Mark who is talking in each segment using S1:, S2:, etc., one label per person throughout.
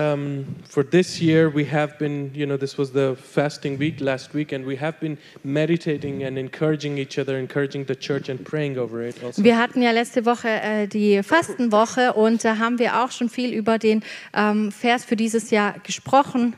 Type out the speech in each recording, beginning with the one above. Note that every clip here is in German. S1: Um, for this year, we have been, you know, this was the fasting week last week, and we have been meditating and encouraging each other, encouraging the church, and praying over it. Also.
S2: Wir hatten ja letzte Woche äh, die Fastenwoche und da haben wir auch schon viel über den ähm, Vers für dieses Jahr gesprochen.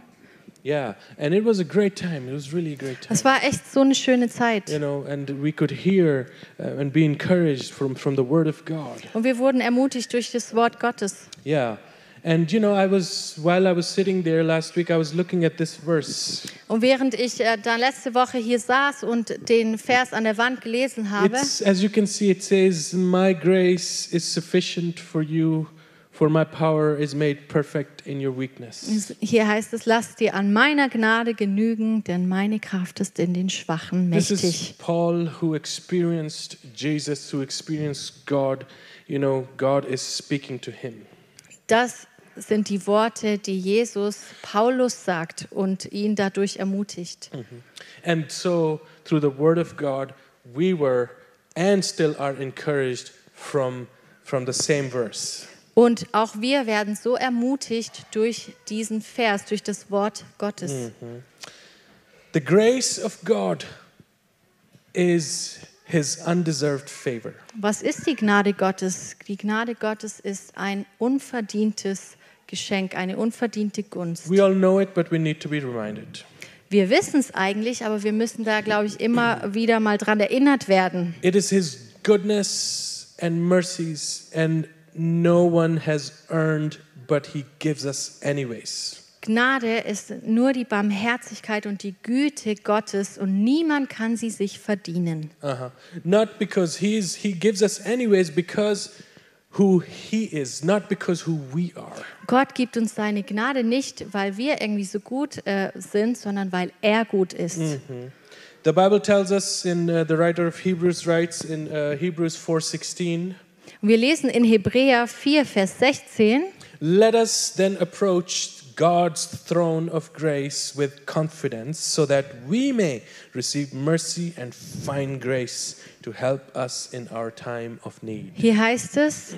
S1: Yeah, and it was a great time. It was really a great time.
S2: Es war echt so eine schöne Zeit
S1: You know, and we could hear uh, and be encouraged from, from the Word of God.
S2: und wir wurden ermutigt durch das Wort Gottes.
S1: Yeah. And you know, I was while I was sitting there last week, I was looking at this verse.
S2: Und während ich äh, dann letzte Woche hier saß und den Vers an der Wand gelesen habe,
S1: It's as you can see, it says, "My grace is sufficient for you, for my power is made perfect in your weakness."
S2: hier heißt es, lass dir an meiner Gnade genügen, denn meine Kraft ist in den Schwachen
S1: This is
S2: mächtig.
S1: Paul who experienced Jesus, who experienced God. You know, God is speaking to him.
S2: Das sind die Worte, die Jesus Paulus sagt und ihn dadurch ermutigt.
S1: And so, through the word of God, we were and still are encouraged from, from the same verse.
S2: Und auch wir werden so ermutigt durch diesen Vers, durch das Wort Gottes.
S1: The grace of God is his undeserved favor.
S2: Was ist die Gnade Gottes? Die Gnade Gottes ist ein unverdientes Geschenk, eine unverdiente Gunst.
S1: We all know it, but we need to be reminded.
S2: Wir wissen es eigentlich, aber wir müssen da, glaube ich, immer wieder mal dran erinnert werden.
S1: It is his goodness and mercies, and no one has earned, but he gives us anyways.
S2: Gnade ist nur die Barmherzigkeit und die Güte Gottes und niemand kann sie sich verdienen.
S1: Uh-huh. Not because he's he gives us anyways, because who he is, not because who we are.
S2: Gott gibt uns seine Gnade nicht, weil wir irgendwie so gut äh, sind, sondern weil er gut ist.
S1: The Bible tells us in uh, the writer of Hebrews writes in uh, Hebrews 4:16,
S2: Und wir lesen in Hebräer 4, Vers 16,
S1: "Let us then approach God's throne of grace with confidence, so that we may receive mercy and find grace to help us in our time of need."
S2: hier heißt es,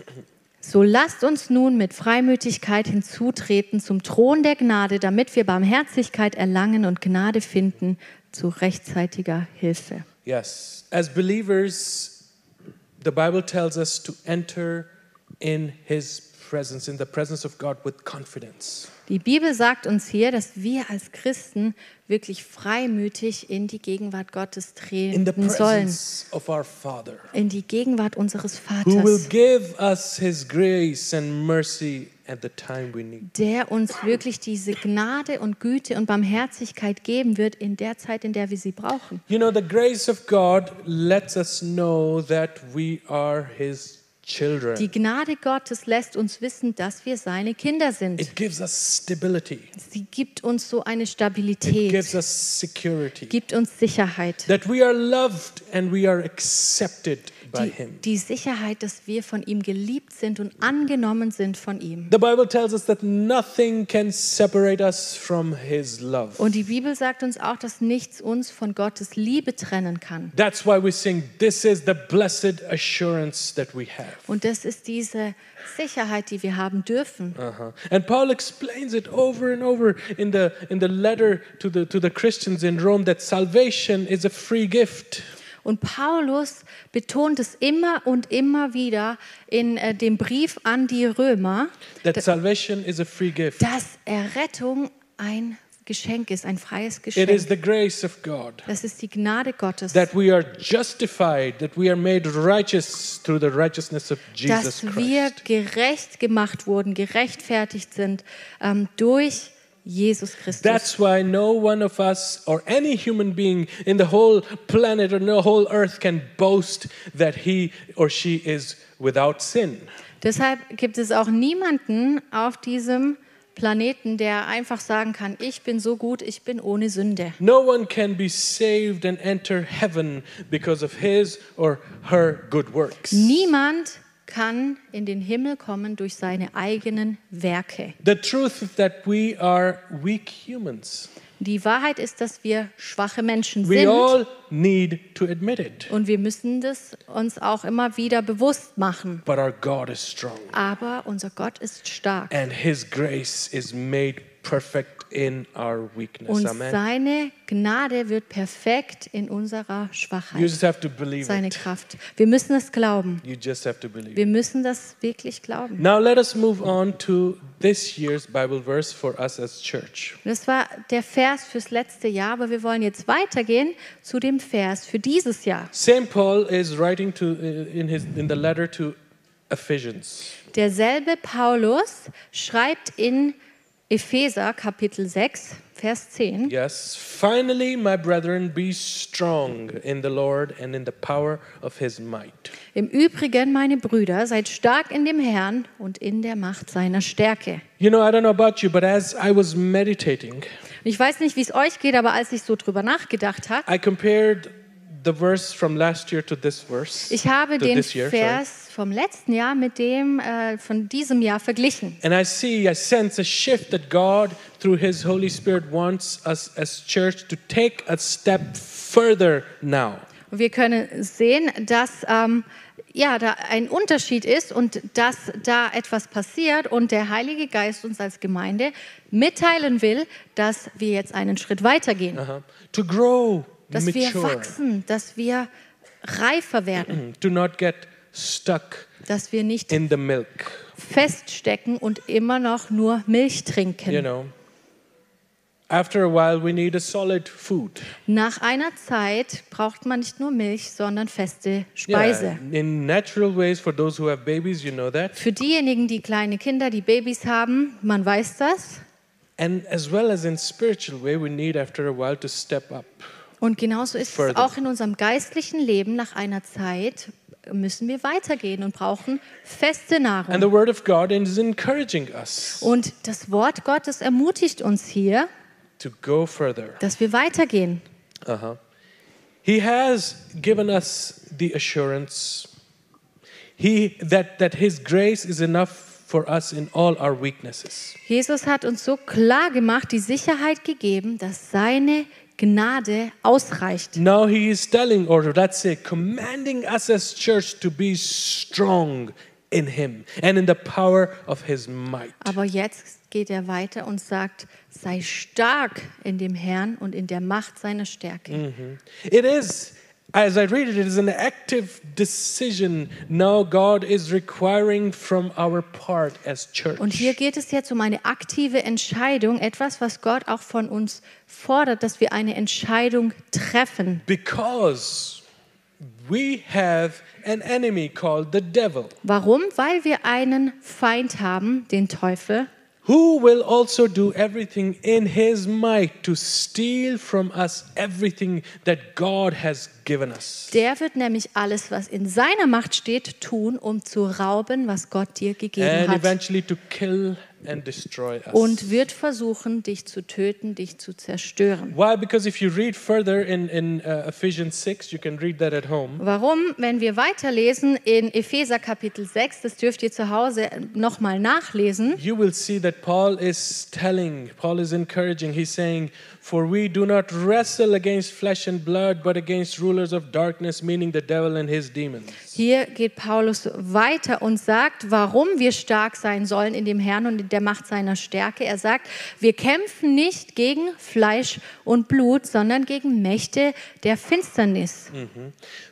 S2: so lasst uns nun mit Freimütigkeit hinzutreten zum Thron der Gnade, damit wir Barmherzigkeit erlangen und Gnade finden zu rechtzeitiger Hilfe.
S1: Yes, as believers, the Bible tells us to enter in His presence, in the presence of God with confidence.
S2: Die Bibel sagt uns hier, dass wir als Christen wirklich freimütig in die Gegenwart Gottes
S1: In the
S2: treten sollen,
S1: presence of our Father,
S2: in die Gegenwart unseres
S1: who will
S2: Vaters,
S1: give us His grace and mercy at the time we need.
S2: der uns wirklich diese Gnade und Güte und Barmherzigkeit geben wird in der Zeit, in der wir sie brauchen.
S1: You know, the grace of God lets us know that we are His children,
S2: Die Gnade Gottes lässt uns wissen, dass wir seine Kinder sind.
S1: it gives us stability,
S2: Sie gibt uns so eine
S1: it gives
S2: Stabilität,
S1: us security.
S2: gibt uns Sicherheit.
S1: That we are loved and we are accepted by
S2: Die,
S1: Him.
S2: die Sicherheit, dass wir von ihm geliebt sind und angenommen sind von ihm.
S1: The Bible tells us that nothing can separate us from His love.
S2: Und die Bibel sagt uns auch, dass nichts uns von Gottes Liebe trennen kann.
S1: That's why we sing, This is the blessed assurance that we have.
S2: Und das ist diese Sicherheit, die wir haben dürfen.
S1: Uh-huh. And Paul explains it over and over in the, in the letter to the, to the Christians in Rome that salvation is a free gift.
S2: Und Paulus betont es immer und immer wieder in äh, dem Brief an die Römer,
S1: That salvation is a free gift.
S2: dass Errettung ein Geschenk ist, ein freies
S1: It is
S2: Geschenk.
S1: the grace of God
S2: Das ist die Gnade Gottes,
S1: that we are justified, that we are made righteous through the righteousness of Jesus
S2: dass wir
S1: Christ.
S2: gerecht gemacht wurden, gerechtfertigt sind ähm, durch Jesus Christus.
S1: That's why no one of us or any human being in the whole planet or no whole earth can boast that he or she is without sin.
S2: Deshalb gibt es auch niemanden auf diesem Planeten, der einfach sagen kann, ich bin so gut, ich bin ohne Sünde.
S1: No one can be saved and enter heaven because of his or her good works.
S2: Niemand kann in den Himmel kommen durch seine eigenen Werke.
S1: The truth is that we are weak humans.
S2: Die Wahrheit ist, dass wir schwache Menschen
S1: We
S2: sind
S1: all need to admit it.
S2: und wir müssen das uns auch immer wieder bewusst machen.
S1: But our God is strong,
S2: Aber unser Gott ist stark
S1: and His grace is made perfect in our weakness.
S2: und
S1: Amen.
S2: seine Gnade wird perfekt in unserer
S1: You
S2: Schwachheit,
S1: just have to believe
S2: seine
S1: it.
S2: Kraft. Wir müssen es glauben.
S1: You just have to believe. it.
S2: Wir müssen das wirklich glauben.
S1: Now let us move on to this year's Bible verse for us as church.
S2: Das war der Vers fürs letzte Jahr, aber wir wollen jetzt weitergehen zu dem Vers für dieses Jahr.
S1: Saint Paul is writing to uh, in his in the letter to Ephesians.
S2: Derselbe Paulus schreibt in Epheser Kapitel 6, Vers 10.
S1: Yes. Finally, my brethren, be strong in the Lord and in the power of his might.
S2: Im Übrigen, meine Brüder, seid stark in dem Herrn und in der Macht seiner Stärke.
S1: You know, I don't know about you, but as I was meditating,
S2: Und ich weiß nicht, wie es euch geht, aber als ich so drüber nachgedacht habe,
S1: I compared the verse from last year to this verse.
S2: ich habe
S1: to
S2: den
S1: this year, sorry.
S2: Vers vom letzten Jahr mit dem äh, von diesem Jahr verglichen.
S1: And I see, I sense a shift that God, through His Holy Spirit, wants us as church to take a step further now.
S2: Und wir können sehen, dass ähm, ja, da ein Unterschied ist und dass da etwas passiert und der Heilige Geist uns als Gemeinde mitteilen will, dass wir jetzt einen Schritt weitergehen,
S1: Uh-huh. To grow,
S2: dass wir
S1: mature,
S2: wachsen, dass wir reifer werden,
S1: to not get stuck
S2: dass wir nicht
S1: in the milk,
S2: feststecken und immer noch nur Milch
S1: you
S2: trinken.
S1: know. After a while, we need a solid food.
S2: Nach einer Zeit braucht man nicht nur Milch, sondern feste
S1: Yeah,
S2: Speise.
S1: in natural ways, for those who have babies, you know that.
S2: Für diejenigen, die kleine Kinder, die Babys haben, man weiß das,
S1: And as well as in spiritual way, we need after a while to step up.
S2: Und genauso ist es
S1: Further.
S2: auch in unserem geistlichen Leben. Nach einer Zeit müssen wir weitergehen und brauchen feste
S1: And
S2: Nahrung.
S1: the Word of God is encouraging us
S2: Und das Wort Gottes ermutigt uns hier,
S1: to go further.
S2: dass wir weitergehen.
S1: Uh-huh. He has given us the assurance he, that, that His grace is enough for us in all our weaknesses.
S2: Jesus hat uns so klar gemacht, die Sicherheit gegeben, dass seine Gnade ausreicht.
S1: Now He is telling, or let's say, commanding us as church to be strong in Him and in the power of His might.
S2: Aber jetzt geht er weiter und sagt, sei stark in dem Herrn und in der Macht seiner Stärke.
S1: It is, as I read it, it is an active decision now God is requiring from our part as church.
S2: Und hier geht es jetzt um eine aktive Entscheidung, etwas, was Gott auch von uns fordert, dass wir eine Entscheidung treffen,
S1: Because we have an enemy called the devil,
S2: Warum? Weil wir einen Feind haben, den Teufel,
S1: who will also do everything in his might to steal from us everything that God has given us.
S2: der wird nämlich alles, was in seiner Macht steht, tun, um zu rauben, was Gott dir gegeben
S1: And
S2: hat.
S1: eventually to kill and destroy us.
S2: Und wird versuchen, dich zu töten, dich zu zerstören.
S1: Why? Because if you read further in, in uh, Ephesians 6, you can read that at home.
S2: Warum? Wenn wir weiterlesen in Epheser Kapitel 6, das dürft ihr zu Hause nochmal nachlesen.
S1: You will see that Paul is telling, Paul is encouraging, he's saying, For we do not wrestle against flesh and blood, but against rulers of darkness, meaning the devil and his demons.
S2: Hier geht Paulus weiter und sagt, warum wir stark sein sollen in dem Herrn und in der Macht seiner Stärke. Er sagt, wir kämpfen nicht gegen Fleisch und Blut, sondern gegen Mächte der Finsternis.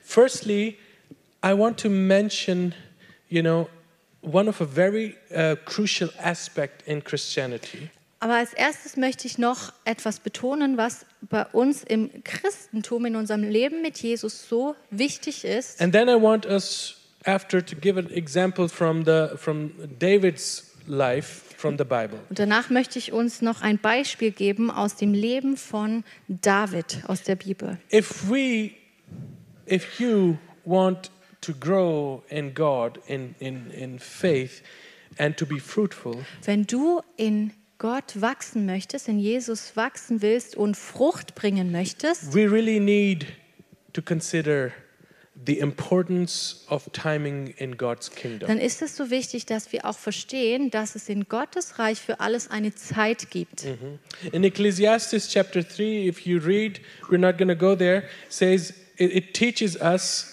S1: Firstly, I want to mention, you know, one of a very uh, crucial aspect in Christianity.
S2: Aber als erstes möchte ich noch etwas betonen, was bei uns im Christentum, in unserem Leben mit Jesus so wichtig ist.
S1: And then I want us after to give an example from the from David's life from the Bible.
S2: Und danach möchte ich uns noch ein Beispiel geben aus dem Leben von David aus der Bibel.
S1: if we if you want to grow in god in in in faith and to be fruitful
S2: Wenn du in Gott wachsen möchtest, in Jesus wachsen willst und Frucht bringen möchtest,
S1: we really need to consider the importance of timing in God's kingdom.
S2: dann ist es so wichtig, dass wir auch verstehen, dass es in Gottes Reich für alles eine Zeit gibt.
S1: Mm-hmm. In Ecclesiastes chapter 3, if you read, we're not going to go there, says it, it teaches us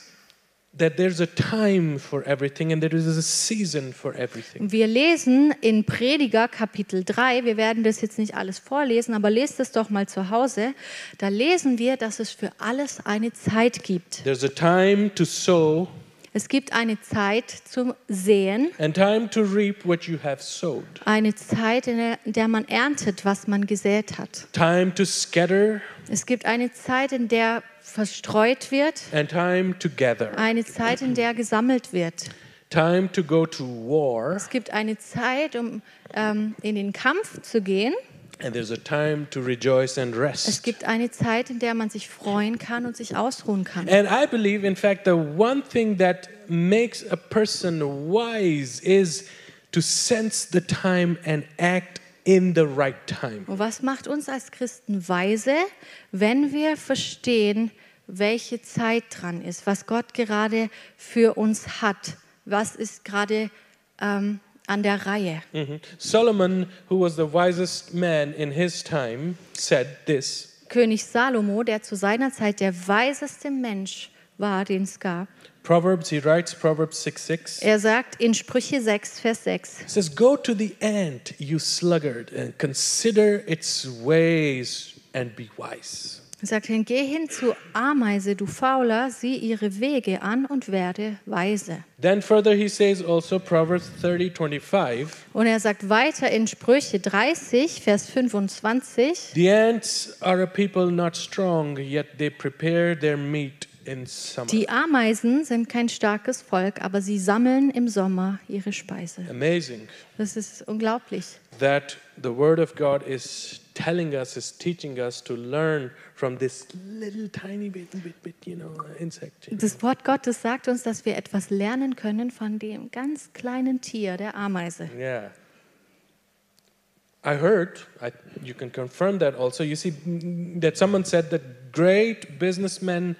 S1: that there's a time for everything and there is a season for everything.
S2: Wir lesen in Prediger Kapitel 3, wir werden das jetzt nicht alles vorlesen, aber lest es doch mal zu Hause, da lesen wir, dass es für alles eine Zeit gibt.
S1: There's a time to sow
S2: Es gibt eine Zeit zum Säen,
S1: and time to reap what you have sowed,
S2: eine Zeit, in der, in der man erntet, was man gesät hat.
S1: time to scatter
S2: Es gibt eine Zeit, in der verstreut wird,
S1: and time to gather,
S2: eine Zeit, in der gesammelt wird.
S1: time to go to war,
S2: Es gibt eine Zeit, um ähm, in den Kampf zu gehen.
S1: and there's a time to rejoice and
S2: Es
S1: rest.
S2: gibt eine Zeit, in der man sich freuen kann und sich ausruhen kann.
S1: And I believe, in fact, the one thing that makes a person wise is to sense the time and act in the right time.
S2: Und was macht uns als Christen weise, wenn wir verstehen, welche Zeit dran ist, was Gott gerade für uns hat, was ist gerade ähm, an der Reihe?
S1: Mhm. Solomon, who was the wisest man in his time, said this
S2: König Salomo, der zu seiner Zeit der weiseste Mensch war, den es gab,
S1: Proverbs, he writes Proverbs 6 6.
S2: er sagt in Sprüche 6, Vers 6,
S1: It says, Go to the ant, you sluggard, and consider its ways and be wise.
S2: Er sagt dann, geh hin zur Ameise, du Fauler, sieh ihre Wege an und werde weise.
S1: Then further he says also Proverbs 30 25.
S2: Und er sagt weiter in Sprüche 30, Vers 25,
S1: The ants are a people not strong, yet they prepare their meat in summer.
S2: die Ameisen sind kein starkes Volk, aber sie sammeln im Sommer ihre Speise.
S1: Amazing
S2: Das ist unglaublich.
S1: that the Word of God is telling us, is teaching us to learn from this little tiny bit, bit, bit you know, insect. you know.
S2: Das Wort Gottes sagt uns, dass wir etwas lernen können von dem ganz kleinen Tier, der Ameise.
S1: Yeah. I heard, I, you can confirm that also. You see, mm, that someone said that great businessmen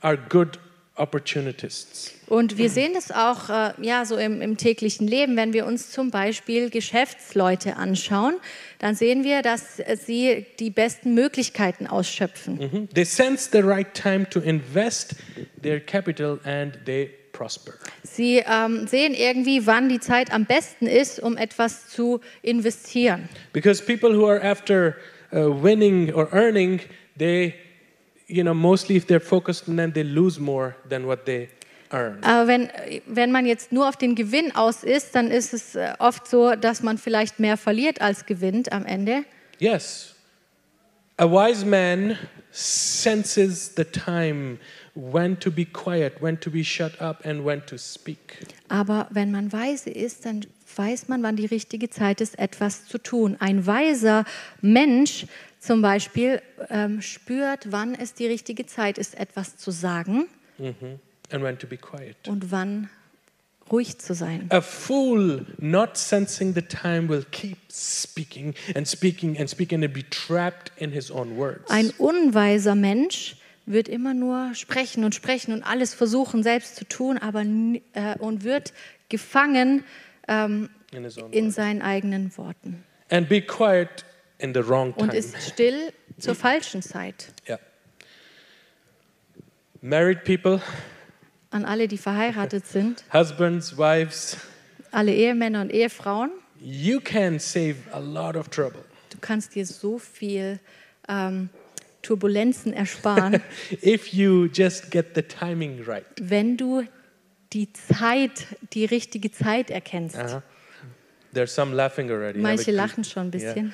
S1: are good opportunists.
S2: Und wir sehen das auch äh, ja, so im, im täglichen Leben. Wenn wir uns zum Beispiel Geschäftsleute anschauen, dann sehen wir, dass äh, sie die besten Möglichkeiten ausschöpfen.
S1: Mhm. They sense the right time to invest their capital and they prosper.
S2: Sie ähm, sehen irgendwie, wann die Zeit am besten ist, um etwas zu investieren.
S1: Because people who are after uh, winning or earning, they, you know, mostly if they're focused on them, they lose more than what they earn.
S2: Aber wenn, äh, wenn man jetzt nur auf den Gewinn aus ist, dann ist es äh, oft so, dass man vielleicht mehr verliert als gewinnt am Ende.
S1: Yes. A wise man senses the time when to be quiet, when to be shut up, and when to speak.
S2: Aber wenn man weise ist, dann weiß man, wann die richtige Zeit ist, etwas zu tun. Ein weiser Mensch zum Beispiel ähm, spürt, wann es die richtige Zeit ist, etwas zu sagen
S1: Mhm. And when to be quiet.
S2: und wann ruhig zu sein.
S1: A fool not sensing the time will keep speaking and speaking and speaking and be trapped in his own words.
S2: Ein unweiser Mensch wird immer nur sprechen und sprechen und alles versuchen, selbst zu tun, aber n- äh, und wird gefangen ähm,
S1: in his own
S2: in
S1: words.
S2: seinen eigenen Worten
S1: And be quiet in the wrong time.
S2: und ist still zur falschen Zeit.
S1: yeah. Married people,
S2: An alle, die verheiratet sind.
S1: husbands, wives,
S2: alle Ehemänner und Ehefrauen,
S1: you can save a lot of trouble.
S2: du kannst dir so viel ähm, Turbulenzen ersparen,
S1: if you just get the timing right.
S2: wenn du die Zeit, die richtige Zeit erkennst.
S1: Uh-huh. There's some laughing already.
S2: Manche
S1: haven't you?
S2: lachen schon ein bisschen.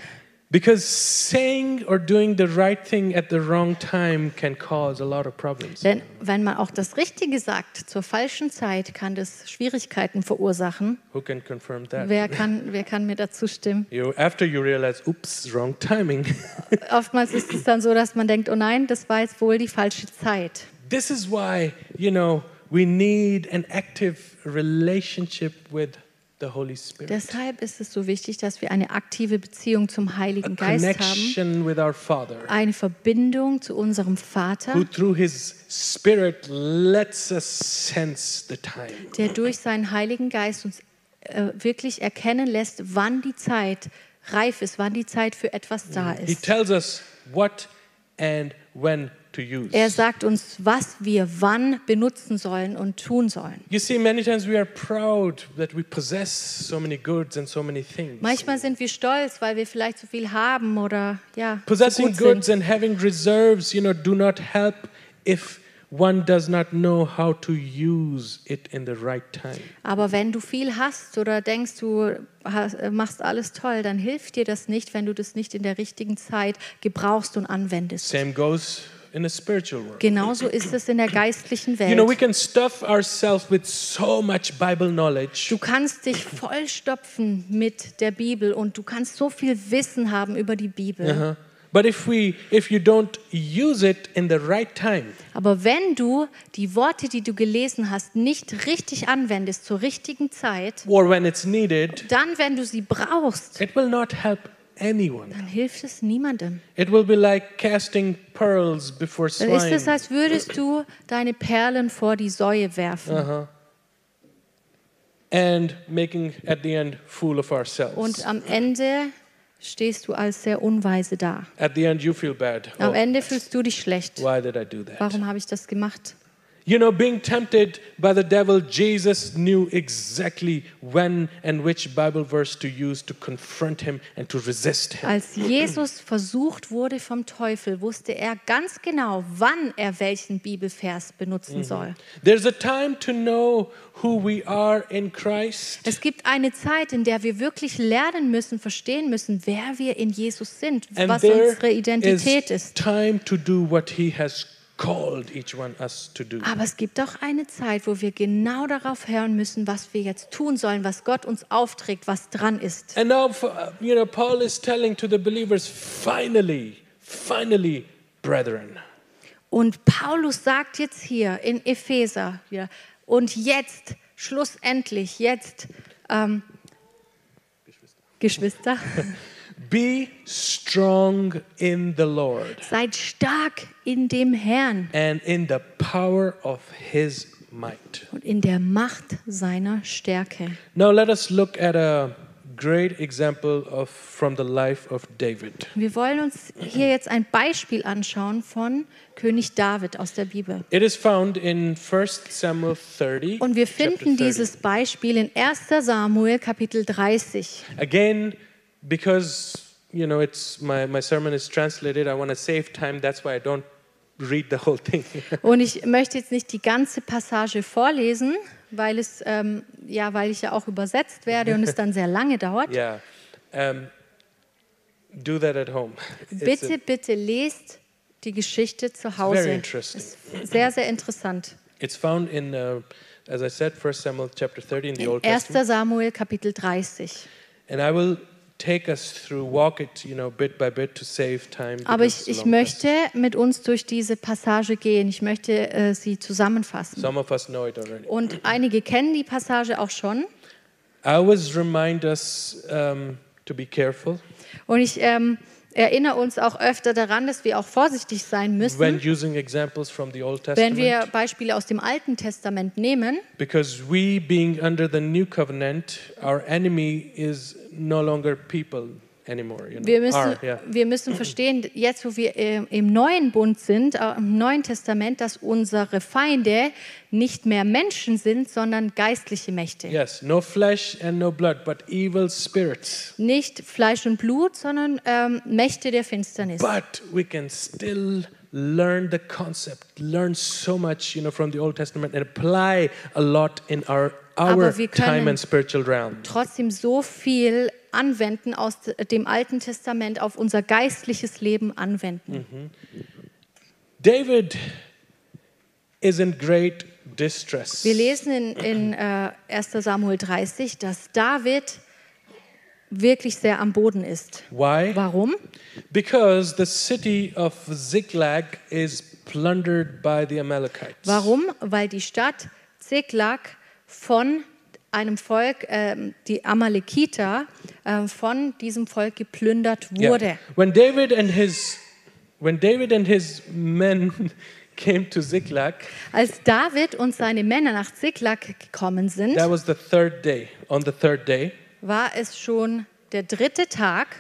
S1: Because saying or doing the right thing at the wrong time can cause a lot of problems.
S2: Denn wenn man auch das Richtige sagt zur falschen Zeit, kann das Schwierigkeiten verursachen.
S1: Who can confirm that?
S2: Wer kann, wer kann mir dazu stimmen?
S1: you, after you realize, oops, wrong timing.
S2: Oftmals ist es dann so, dass man denkt, oh nein, das war jetzt wohl die falsche Zeit.
S1: this is why, you know, we need an active relationship with the Holy Spirit.
S2: Deshalb ist es so wichtig, dass wir eine aktive Beziehung zum Heiligen
S1: A
S2: Geist haben,
S1: connection with our Father,
S2: eine Verbindung zu unserem Vater,
S1: who through His Spirit lets us sense the time.
S2: der durch seinen Heiligen Geist uns äh, wirklich erkennen lässt, wann die Zeit reif ist, wann die Zeit für etwas da
S1: He
S2: ist.
S1: tells us what and when to use.
S2: Er sagt uns, was wir wann benutzen sollen und tun sollen.
S1: You see, many times we are proud that we possess so many goods and so many things.
S2: Manchmal sind wir stolz, weil wir vielleicht zu viel haben oder ja, zu
S1: Possessing
S2: gut sind.
S1: goods and having reserves, you know, do not help if one does not know how to use it in the right time.
S2: Aber wenn du viel hast oder denkst, du hast, äh, machst alles toll, dann hilft dir das nicht, wenn du das nicht in der richtigen Zeit gebrauchst und anwendest.
S1: Same goes in a spiritual world.
S2: Genauso ist es in der geistlichen
S1: You know, we
S2: Welt.
S1: can stuff ourselves with so much Bible knowledge,
S2: Du kannst dich vollstopfen mit der Bibel und du kannst so viel Wissen haben über die Bibel.
S1: uh-huh, but if we, if you don't use it in the right time,
S2: Aber wenn du die Worte, die du gelesen hast, nicht richtig anwendest zur richtigen Zeit,
S1: or when it's needed,
S2: dann, wenn du sie brauchst,
S1: it will not help anyone.
S2: dann hilft es niemandem.
S1: It will be like casting pearls before
S2: Dann ist es,
S1: swine.
S2: als würdest du deine Perlen vor die Säue werfen.
S1: and making at the end fool of
S2: Und
S1: ourselves.
S2: am Ende stehst du als sehr unweise da.
S1: At the end, you feel bad.
S2: Am
S1: Oh,
S2: Ende fühlst du dich schlecht.
S1: why did I do that?
S2: Warum habe ich das gemacht?
S1: You know, being tempted by the devil, Jesus knew exactly when and which Bible verse to use to confront him and to resist him.
S2: Als Jesus versucht wurde vom Teufel, wusste er ganz genau, wann er welchen Bibelvers
S1: Mhm.
S2: benutzen soll.
S1: There's a time to know who we are in Christ,
S2: Es gibt eine Zeit, in der wir wirklich lernen müssen, verstehen müssen, wer wir in Jesus sind,
S1: and
S2: was
S1: there
S2: unsere Identität
S1: is
S2: ist.
S1: time to do what He has called each one us to do.
S2: Aber es gibt auch eine Zeit, wo wir genau darauf hören müssen, was wir jetzt tun sollen, was Gott uns aufträgt, was dran ist.
S1: And now, f- uh, you know, Paul is telling to the believers, finally, finally, brethren.
S2: Und Paulus sagt jetzt hier in Epheser, ja, und jetzt, schlussendlich, jetzt, ähm, Geschwister,
S1: Be strong in the Lord
S2: seid stark in dem Herrn
S1: and in the power of his might.
S2: und in der Macht seiner Stärke.
S1: Now let us look at a great example of from the life of David.
S2: Wir wollen uns hier jetzt ein Beispiel anschauen von König David aus der Bibel.
S1: It is found in 1 Samuel 30.
S2: Und wir
S1: chapter 30.
S2: finden dieses Beispiel in 1 Samuel Kapitel 30.
S1: Again, because you know it's my, my sermon is translated, I want to save time, that's why I don't read the whole thing.
S2: Und ich möchte jetzt nicht die ganze Passage vorlesen, weil, es, ähm, ja, weil ich ja auch übersetzt werde und es dann sehr lange dauert.
S1: Yeah. Um, do that at home. It's
S2: Bitte,
S1: a,
S2: bitte lest die Geschichte zu Hause.
S1: Very interesting.
S2: Ist sehr, sehr interessant.
S1: it's found in, uh, as I said, 1 Samuel chapter 30 in the Old
S2: 1.
S1: Testament.
S2: Samuel Kapitel 30.
S1: And I will take us through, walk it, you know, bit by bit to save time.
S2: Aber
S1: because it's
S2: ich,
S1: a
S2: ich
S1: long
S2: möchte
S1: passage.
S2: mit uns durch diese Passage gehen. Ich möchte äh, sie zusammenfassen.
S1: Some of us know it already.
S2: Und einige kennen die Passage auch schon.
S1: I always remind us um, to be careful
S2: Und ich ähm, erinnere uns auch öfter daran, dass wir auch vorsichtig sein müssen,
S1: when using examples from the Old
S2: Wenn
S1: Testament.
S2: wir Beispiele aus dem Alten Testament nehmen,
S1: Because we, being under the new covenant, our enemy is no longer people anymore. You know,
S2: wir müssen,
S1: are, yeah.
S2: wir müssen verstehen, jetzt wo wir äh, im neuen Bund sind, äh, im Neuen Testament, dass unsere Feinde nicht mehr Menschen sind, sondern geistliche Mächte.
S1: Yes, no flesh and no blood, but evil spirits.
S2: Nicht Fleisch und Blut, sondern ähm, Mächte der Finsternis.
S1: But we can still learn the concept, learn so much, you know, from the Old Testament and apply a lot in our our
S2: Aber wir
S1: time
S2: können-
S1: and spiritual realm.
S2: Trotzdem so viel anwenden aus dem Alten Testament auf unser geistliches Leben anwenden.
S1: David is in great distress.
S2: Wir lesen in, in äh, 1. Samuel 30, dass David wirklich sehr am Boden ist.
S1: Why?
S2: Warum?
S1: Because the city of Ziklag is plundered by the Amalekites.
S2: Warum? Weil die Stadt Ziklag von einem Volk, ähm, die Amalekiter, äh, von diesem Volk geplündert
S1: Yeah.
S2: wurde.
S1: When David and his when David and his men came to Ziklag,
S2: Als David und seine Männer nach Ziklag gekommen sind,
S1: that was the third day. On the third day,
S2: war es schon der dritte Tag,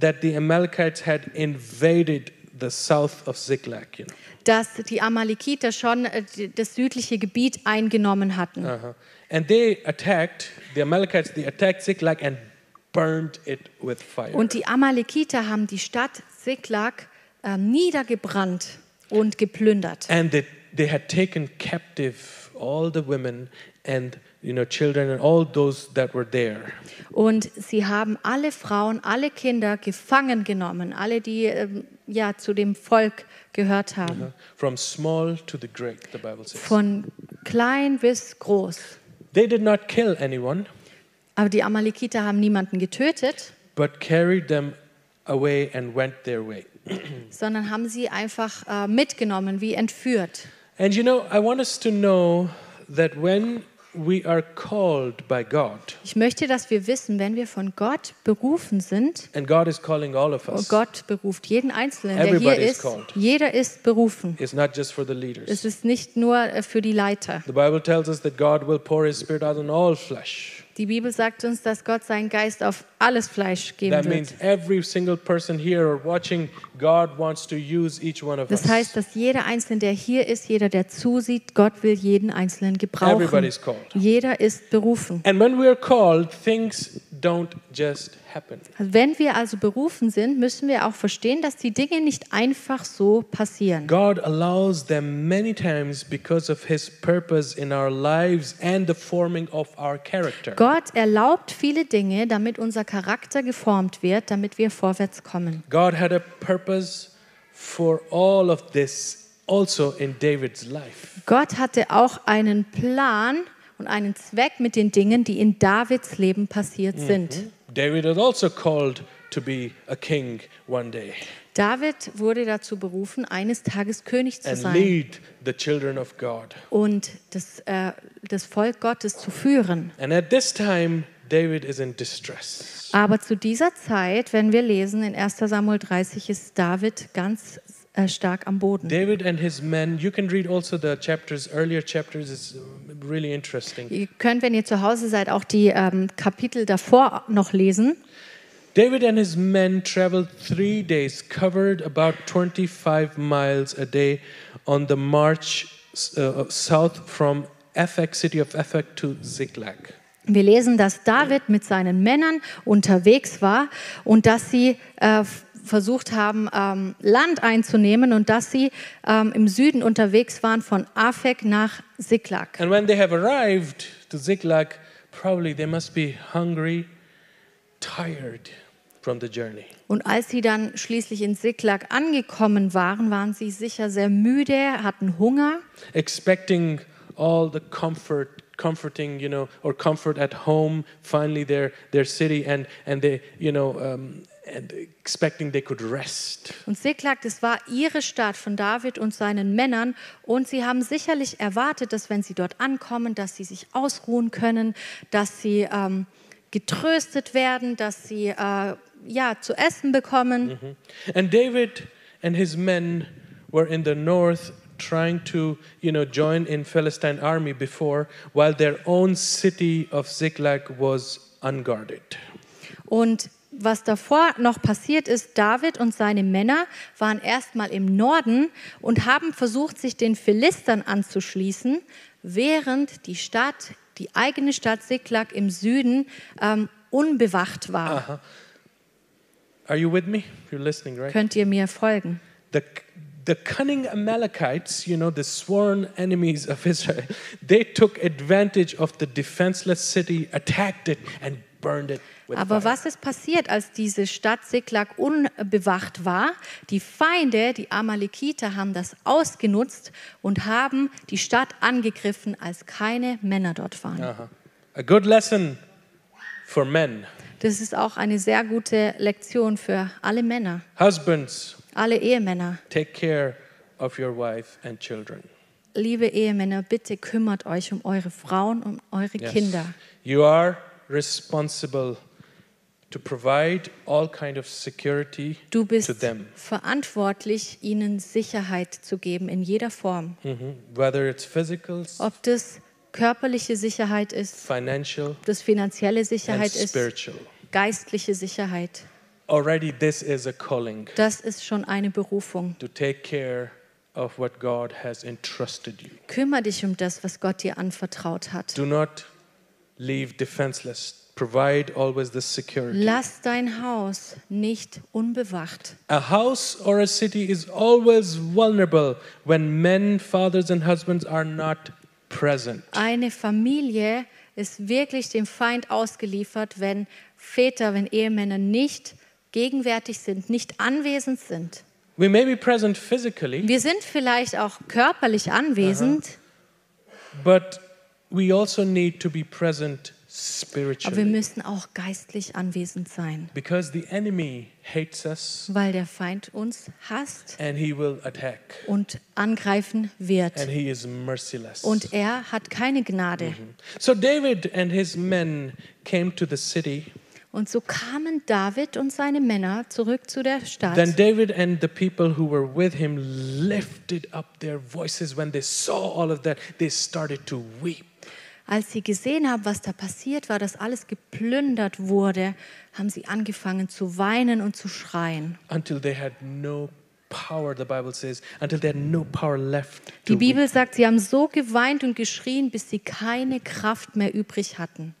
S1: that the Amalekites had invaded the south of Ziklag. You know,
S2: dass die Amalekiter schon äh, die- das südliche Gebiet eingenommen hatten.
S1: uh-huh. and they attacked the Amalekites. They attacked Ziklag and burned it with fire.
S2: Und die Amalekiter haben die Stadt Ziklag äh, niedergebrannt und geplündert.
S1: and they, they had taken captive all the women and you know children and all those that were there
S2: Und sie haben alle Frauen, alle Kinder gefangen genommen, alle, die ähm, ja, zu dem Volk gehört haben,
S1: uh-huh, from small to the great the bible says
S2: von klein bis groß.
S1: they did not kill anyone
S2: Aber die Amalekiter haben niemanden getötet,
S1: but carried them away and went their way
S2: sondern haben sie einfach äh, mitgenommen, wie entführt.
S1: and you know i want us to know that when we are called by god
S2: Ich möchte, dass wir wissen, wenn wir von Gott berufen sind,
S1: and god is calling all of
S2: und
S1: us
S2: Gott beruft jeden Einzelnen, der hier
S1: Everybody is
S2: ist,
S1: called.
S2: jeder ist berufen.
S1: it's not just for the
S2: Es
S1: leaders
S2: ist nicht nur äh, für die Leiter.
S1: the bible tells us that god will pour his spirit out on all flesh
S2: Die Bibel sagt uns, dass Gott seinen Geist auf alles Fleisch geben
S1: That
S2: wird.
S1: means every single person here or watching, God wants to use each one of
S2: Das
S1: us.
S2: heißt, dass jeder Einzelne, der hier ist, jeder, der zusieht, Gott will jeden Einzelnen gebrauchen.
S1: Everybody's called.
S2: Jeder ist berufen.
S1: And when we are called, things don't just happen.
S2: Wenn wir also berufen sind, müssen wir auch verstehen, dass die Dinge nicht einfach so passieren.
S1: God allows them many times because of His purpose in our lives and the forming of our character.
S2: Gott erlaubt viele Dinge, damit unser Charakter geformt wird, damit wir vorwärts kommen.
S1: God had a purpose for all of this also in David's life.
S2: Gott hatte auch einen Plan und einen Zweck mit den Dingen, die in Davids Leben passiert sind.
S1: David is also called to be a king one day
S2: David wurde dazu berufen, eines Tages König zu
S1: and
S2: sein.
S1: lead the children of God.
S2: und das, äh, das Volk Gottes zu führen.
S1: And at this time, David is in distress.
S2: Aber zu dieser Zeit, wenn wir lesen in 1 Samuel 30, ist David ganz äh, stark am Boden.
S1: David and his men, you can read also the chapters, earlier chapters, it's um, really interesting.
S2: Ihr könnt, wenn ihr zu Hause seid, auch die ähm, Kapitel davor noch lesen.
S1: David and his men traveled three days, covered about 25 miles a day on the march uh, south from Aphek, city of Aphek, to Ziklag.
S2: Wir lesen, dass David mit seinen Männern unterwegs war und dass sie äh, f- versucht haben, ähm, Land einzunehmen und dass sie ähm, im Süden unterwegs waren von Afek nach Siklag.
S1: And when they have arrived to Ziklag, probably they must be hungry, tired from the journey.
S2: Und als sie dann schließlich in Siklag angekommen waren, waren sie sicher sehr müde, hatten Hunger
S1: expecting all the comfort comforting you know or comfort at home finally their their city and and they you know um, and expecting they could rest
S2: und Siklag, das war ihre Stadt von David und seinen Männern und sie haben sicherlich erwartet, dass wenn sie dort ankommen, dass sie sich ausruhen können, dass sie ähm, getröstet werden, dass sie äh, ja zu essen bekommen.
S1: and david and his men were in the north trying to you know join in philistine army before while their own city of ziklag was unguarded
S2: Und was davor noch passiert ist, David und seine Männer waren erstmal im Norden und haben versucht, sich den Philistern anzuschließen, während die Stadt, die eigene Stadt Siklag im Süden, ähm, unbewacht war.
S1: are you with me you're listening right
S2: Könnt ihr mir folgen?
S1: the the cunning Amalekites, you know, the sworn enemies of Israel, they took advantage of the defenseless city, attacked it, and burned it with
S2: Aber
S1: fire.
S2: was ist passiert, als diese Stadt Siklag unbewacht war? Die Feinde, die Amalekiter, haben das ausgenutzt und haben die Stadt angegriffen, als keine Männer dort waren.
S1: Uh-huh. A good lesson for men.
S2: Das ist auch eine sehr gute Lektion für alle Männer,
S1: Husbands,
S2: alle Ehemänner.
S1: take care of your wife and children.
S2: liebe Ehemänner, bitte kümmert euch um eure Frauen und eure
S1: Yes.
S2: Kinder.
S1: You are responsible to provide all kind of security
S2: Du
S1: to
S2: bist
S1: them,
S2: verantwortlich, ihnen Sicherheit zu geben in jeder Form.
S1: Mhm. whether it's physical,
S2: Ob das körperliche Sicherheit ist,
S1: financial,
S2: ob das finanzielle
S1: and
S2: Sicherheit ist,
S1: spiritual.
S2: geistliche Sicherheit.
S1: Already, this is a calling
S2: Das ist schon eine Berufung.
S1: to take care of what God has entrusted you.
S2: Kümmere dich um das, was Gott dir anvertraut hat.
S1: Do not leave defenseless. Provide always this security.
S2: Lass dein Haus nicht unbewacht.
S1: A house or a city is always vulnerable when men, fathers, and husbands are not present.
S2: Eine Familie ist wirklich dem Feind ausgeliefert, wenn Väter, wenn Ehemänner nicht gegenwärtig sind, nicht anwesend sind.
S1: We may be present physically,
S2: Wir sind vielleicht auch körperlich anwesend,
S1: but we also need to be present
S2: aber wir
S1: spiritually
S2: müssen auch geistlich anwesend sein,
S1: because the enemy hates us
S2: weil der Feind uns hasst
S1: and he will attack
S2: und angreifen wird.
S1: and he is merciless.
S2: Und er hat keine Gnade.
S1: So David and his men came to the city.
S2: Und so kamen David und seine Männer zurück zu der Stadt.
S1: Then David and the people who were with him lifted up their voices when they saw all of that. They started to weep.
S2: Als sie gesehen haben, was da passiert war, dass alles geplündert wurde, haben sie angefangen zu weinen und zu schreien.
S1: until they had no power, the Bible says, until they had no power left.
S2: Die
S1: To
S2: Bibel sagt, sie haben so geweint und geschrien, bis sie keine Kraft mehr übrig hatten.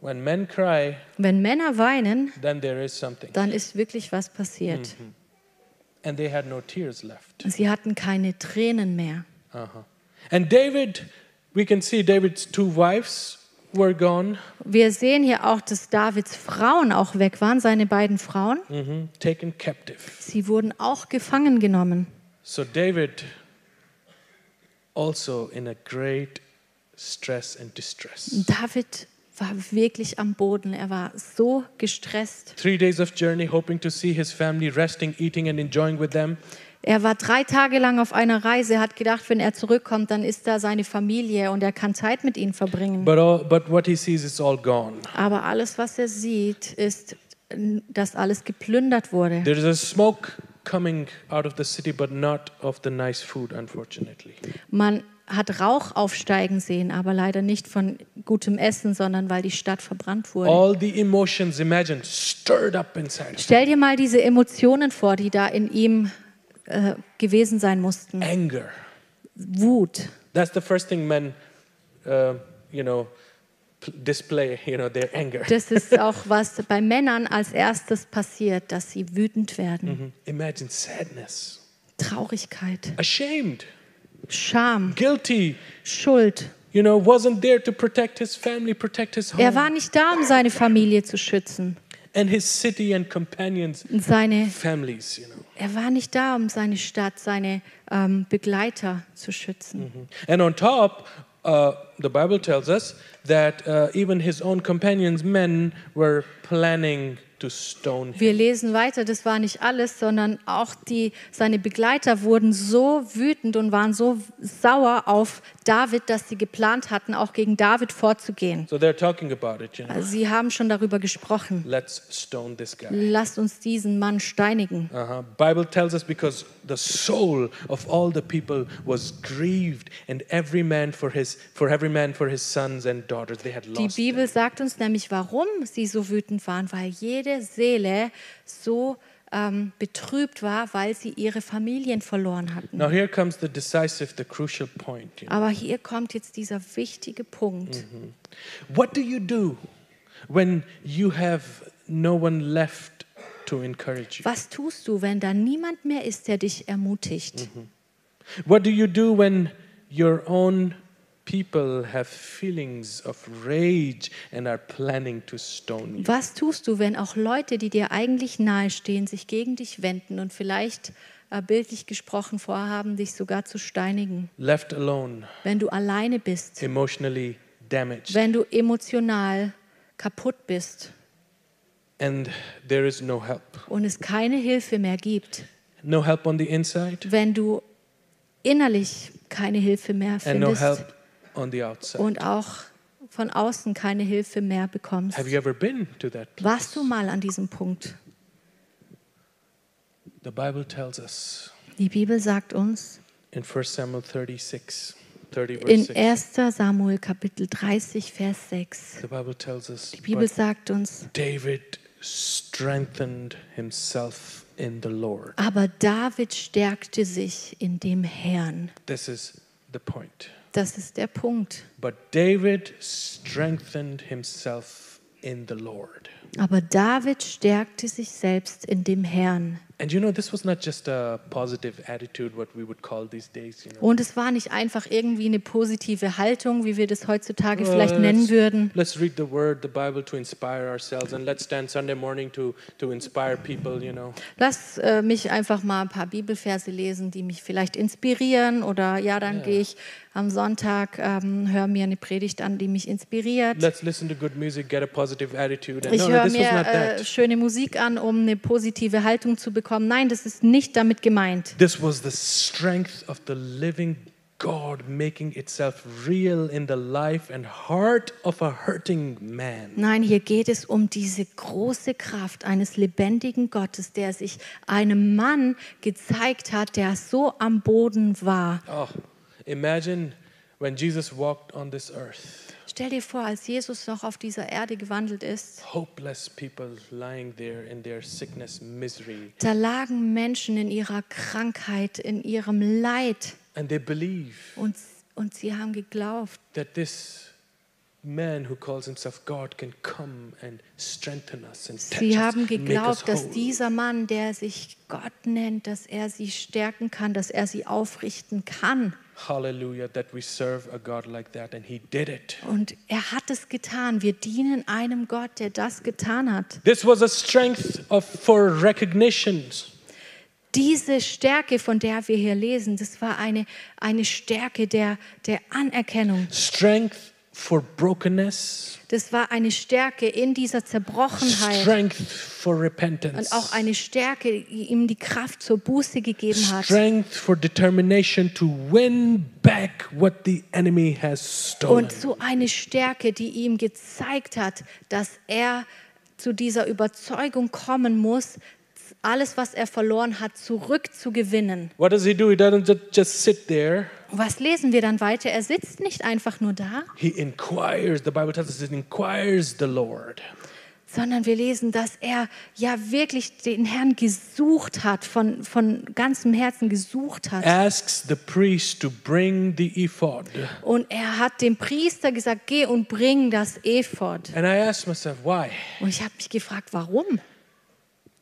S1: When men cry,
S2: Wenn Männer weinen,
S1: then there is something.
S2: dann ist wirklich was passiert.
S1: And they had no tears left.
S2: Und sie hatten keine Tränen mehr.
S1: Uh-huh. And David, we can see David's two wives were gone,
S2: Wir sehen hier auch, dass Davids Frauen auch weg waren, seine beiden Frauen.
S1: mhm, taken captive.
S2: Sie wurden auch gefangen genommen.
S1: So David, also in a great stress and distress.
S2: David war wirklich am Boden. Er war so gestresst.
S1: Three days of journey, hoping to see his family resting, eating, and enjoying with them.
S2: Er war drei Tage lang auf einer Reise, hat gedacht, wenn er zurückkommt, dann ist da seine Familie und er kann Zeit mit ihnen verbringen.
S1: But, all, but what he sees is all gone.
S2: Aber alles, was er sieht, ist, dass alles geplündert wurde.
S1: There is a smoke coming out of the city, but not of the nice food, unfortunately.
S2: Man hat Rauch aufsteigen sehen, aber leider nicht von gutem Essen, sondern weil die Stadt verbrannt wurde.
S1: All the emotions, imagine, stirred up inside. him.
S2: Stell dir mal diese Emotionen vor, die da in ihm äh, gewesen sein mussten.
S1: Anger.
S2: Wut,
S1: That's the first thing men, uh, you know, p- display, you know, their anger.
S2: Das ist auch, was bei Männern als erstes passiert, dass sie wütend werden.
S1: Mhm. Imagine sadness,
S2: Traurigkeit,
S1: ashamed,
S2: Scham,
S1: guilty,
S2: Schuld.
S1: you know, wasn't there to protect his family, protect his
S2: Er war
S1: home,
S2: nicht da, um seine Familie zu schützen.
S1: and his city and companions,
S2: Und Seine,
S1: families, you know.
S2: er war nicht da, um seine Stadt, seine ähm, Begleiter zu
S1: Mhm.
S2: schützen.
S1: And on top, uh, the Bible tells us that uh, even his own companions, men, were planning to stone him.
S2: Wir lesen weiter, das war nicht alles, sondern auch die, seine Begleiter wurden so wütend und waren so sauer auf David, dass sie geplant hatten, auch gegen David vorzugehen.
S1: So they're talking about it, you know.
S2: Also sie haben schon darüber gesprochen.
S1: Let's stone this guy.
S2: Lasst uns diesen Mann steinigen.
S1: Uh-huh. Bible tells us because the soul of all the people was grieved, and every man for his for every man for his sons and daughters they had
S2: Die
S1: lost.
S2: Bibel sagt uns nämlich, warum sie so wütend waren, weil jede Seele so ähm, betrübt war, weil sie ihre Familien verloren hatten.
S1: Now here comes the decisive, the crucial point. You know.
S2: Aber hier kommt jetzt dieser wichtige Punkt.
S1: What do you do when you have no one left to encourage you?
S2: Was tust du, wenn da niemand mehr ist, der dich ermutigt?
S1: What do you do when your own people have feelings of rage and are planning to stone you?
S2: Was tust du, wenn auch Leute, die dir eigentlich nahestehen, sich gegen dich wenden und vielleicht äh, bildlich gesprochen vorhaben, dich sogar zu steinigen?
S1: Left alone,
S2: Wenn du alleine bist,
S1: emotionally damaged,
S2: wenn du emotional kaputt bist.
S1: and there is no help.
S2: und es keine Hilfe mehr gibt,
S1: No help on the inside,
S2: wenn du innerlich keine Hilfe mehr
S1: and no
S2: findest
S1: help on the outside.
S2: und auch von außen keine Hilfe mehr bekommst.
S1: Have you ever been to that place?
S2: Warst du mal an diesem Punkt?
S1: The Bible tells us
S2: Die Bibel sagt uns
S1: in 1 Samuel 36, 30 verse
S2: in
S1: 6,
S2: 1. Samuel Kapitel 30 Vers 6.
S1: the Bible tells us,
S2: Die Bibel
S1: "But
S2: sagt uns,
S1: David strengthened himself in the Lord.
S2: aber David stärkte sich in dem Herrn.
S1: This is the point.
S2: Das ist der Punkt.
S1: But David strengthened himself in the Lord.
S2: Aber David stärkte sich selbst in dem Herrn.
S1: And you know, this was not just a positive attitude, what we would call these days, you know.
S2: Und es war nicht einfach irgendwie eine positive Haltung, wie wir das heutzutage
S1: Well,
S2: vielleicht nennen
S1: Uh, let's-
S2: würden.
S1: Let's read the word, the Bible to inspire ourselves and let's stand Sunday morning to, to inspire people, you know.
S2: Lass äh, mich einfach mal ein paar Bibelverse lesen, die mich vielleicht inspirieren. Oder ja, dann gehe ich am Sonntag, ähm, höre mir eine Predigt an, die mich inspiriert.
S1: Let's listen to good music, get a positive attitude. And
S2: ich
S1: no, no,
S2: höre
S1: this was
S2: mir
S1: not
S2: äh,
S1: that.
S2: schöne Musik an, um eine positive Haltung zu bekommen. Nein, das ist nicht damit gemeint.
S1: This was the strength of the living God making itself real in the life and heart of a hurting man.
S2: Nein, hier geht es um diese große Kraft eines lebendigen Gottes, der sich einem Mann gezeigt hat, der so am Boden war.
S1: Oh, imagine when Jesus walked on this earth,
S2: Stell dir vor, als Jesus noch auf dieser Erde gewandelt ist,
S1: hopeless people lying there in their sickness, misery,
S2: da lagen Menschen in ihrer Krankheit, in ihrem Leid
S1: and they believe
S2: und, und sie haben geglaubt,
S1: that this man who calls himself God can come and strengthen us and touch
S2: sie
S1: us,
S2: haben
S1: and make us
S2: geglaubt, dass
S1: whole.
S2: dieser Mann, der sich Gott nennt, dass er sie stärken kann, dass er sie aufrichten kann.
S1: Hallelujah, that we serve a God like that, and He did it.
S2: Und er hat es getan. Wir dienen einem Gott, der das getan hat.
S1: This was a strength of, for recognitions.
S2: Diese Stärke, von der wir hier lesen, das war eine, eine Stärke der, der Anerkennung.
S1: Strength for brokenness,
S2: Das war eine Stärke in dieser Zerbrochenheit
S1: strength for repentance,
S2: und auch eine Stärke, die ihm die Kraft zur Buße gegeben hat.
S1: strength for determination to win back what the enemy has stolen.
S2: Und so eine Stärke, die ihm gezeigt hat, dass er zu dieser Überzeugung kommen muss, alles, was er verloren hat, zurückzugewinnen.
S1: What does he do? He doesn't ju- just sit there.
S2: Was lesen wir dann weiter? Er sitzt nicht einfach nur da,
S1: He inquires. The Bible tells us he inquires the Lord.
S2: sondern wir lesen, dass er ja wirklich den Herrn gesucht hat, von, von ganzem Herzen gesucht hat.
S1: Asks the priest to bring the ephod.
S2: Und er hat dem Priester gesagt, geh und bring das Ephod.
S1: And I asked myself, why?
S2: Und ich habe mich gefragt, warum?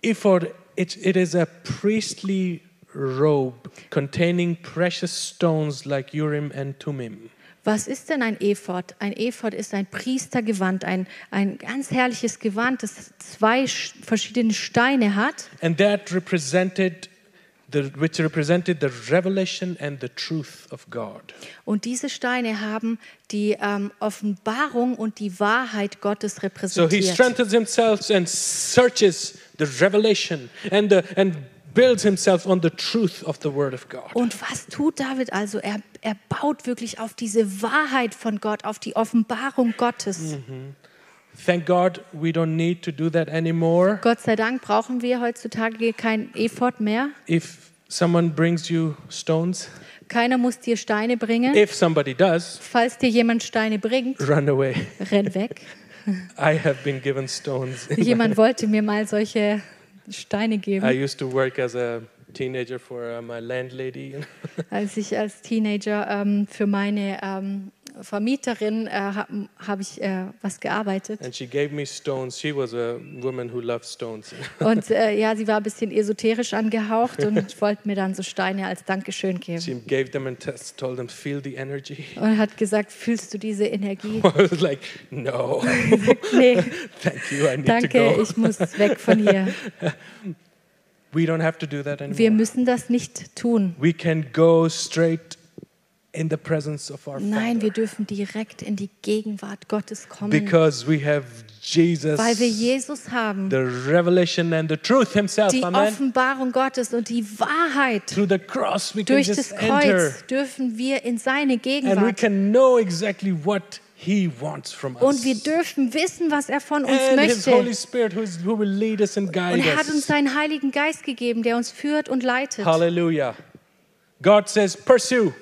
S1: Ephod, it, it is a priestly robe containing precious stones like Urim and Thummim.
S2: Was ist denn ein Ephod? Ein Ephod ist ein Priestergewand, ein, ein ganz herrliches Gewand, das zwei sch- verschiedene Steine hat.
S1: And that represented, the, which represented the revelation and the truth of God.
S2: Und diese Steine haben die ähm, Offenbarung und die Wahrheit Gottes
S1: So he
S2: repräsentiert.
S1: strengthens himself and searches the revelation and, the, and builds himself on the truth of the word of God.
S2: Und was tut David also? Er, er baut wirklich auf diese Wahrheit von Gott, auf die Offenbarung Gottes.
S1: Mhm. Thank God we don't need to do that anymore.
S2: Gott sei Dank brauchen wir heutzutage kein Ephod mehr.
S1: If someone brings you stones,
S2: Keiner muss dir Steine bringen.
S1: if somebody does,
S2: Falls dir jemand Steine bringt,
S1: run away.
S2: renn weg.
S1: I have been given stones.
S2: Jemand wollte mir mal solche Steine
S1: I
S2: geben,
S1: used to work as a teenager for uh, my landlady.
S2: als ich als Teenager ähm, für meine ähm, Vermieterin äh, habe hab ich äh, was gearbeitet.
S1: And she gave me stones. She was a woman who loved stones.
S2: Und äh, ja, sie war ein bisschen esoterisch angehaucht und wollte mir dann so Steine als Dankeschön geben.
S1: She gave them and test, told them, feel the energy.
S2: Und hat gesagt, fühlst du diese Energie?
S1: I was like, no,
S2: Nee,
S1: thank you, I need to
S2: danke,
S1: go.
S2: ich muss weg von hier.
S1: We don't have to do that anymore.
S2: Wir müssen das nicht tun.
S1: we can go straight in the presence of our
S2: Nein, wir
S1: Father.
S2: dürfen direkt in die Gegenwart Gottes kommen,
S1: Because we have Jesus,
S2: weil wir Jesus haben.
S1: the revelation and the truth himself.
S2: Die
S1: Amen.
S2: Offenbarung Gottes und die Wahrheit
S1: Through the cross we can
S2: durch
S1: just
S2: das
S1: enter
S2: Kreuz dürfen wir in
S1: and
S2: seine
S1: we
S2: Gegenwart.
S1: can know exactly what he wants from us.
S2: Und wir dürfen wissen, was er von uns
S1: and his Holy
S2: möchte.
S1: Spirit who, is, who will lead us and guide
S2: Und er hat uns
S1: us.
S2: seinen Heiligen Geist gegeben, der uns führt und leitet.
S1: Hallelujah. God says, pursue.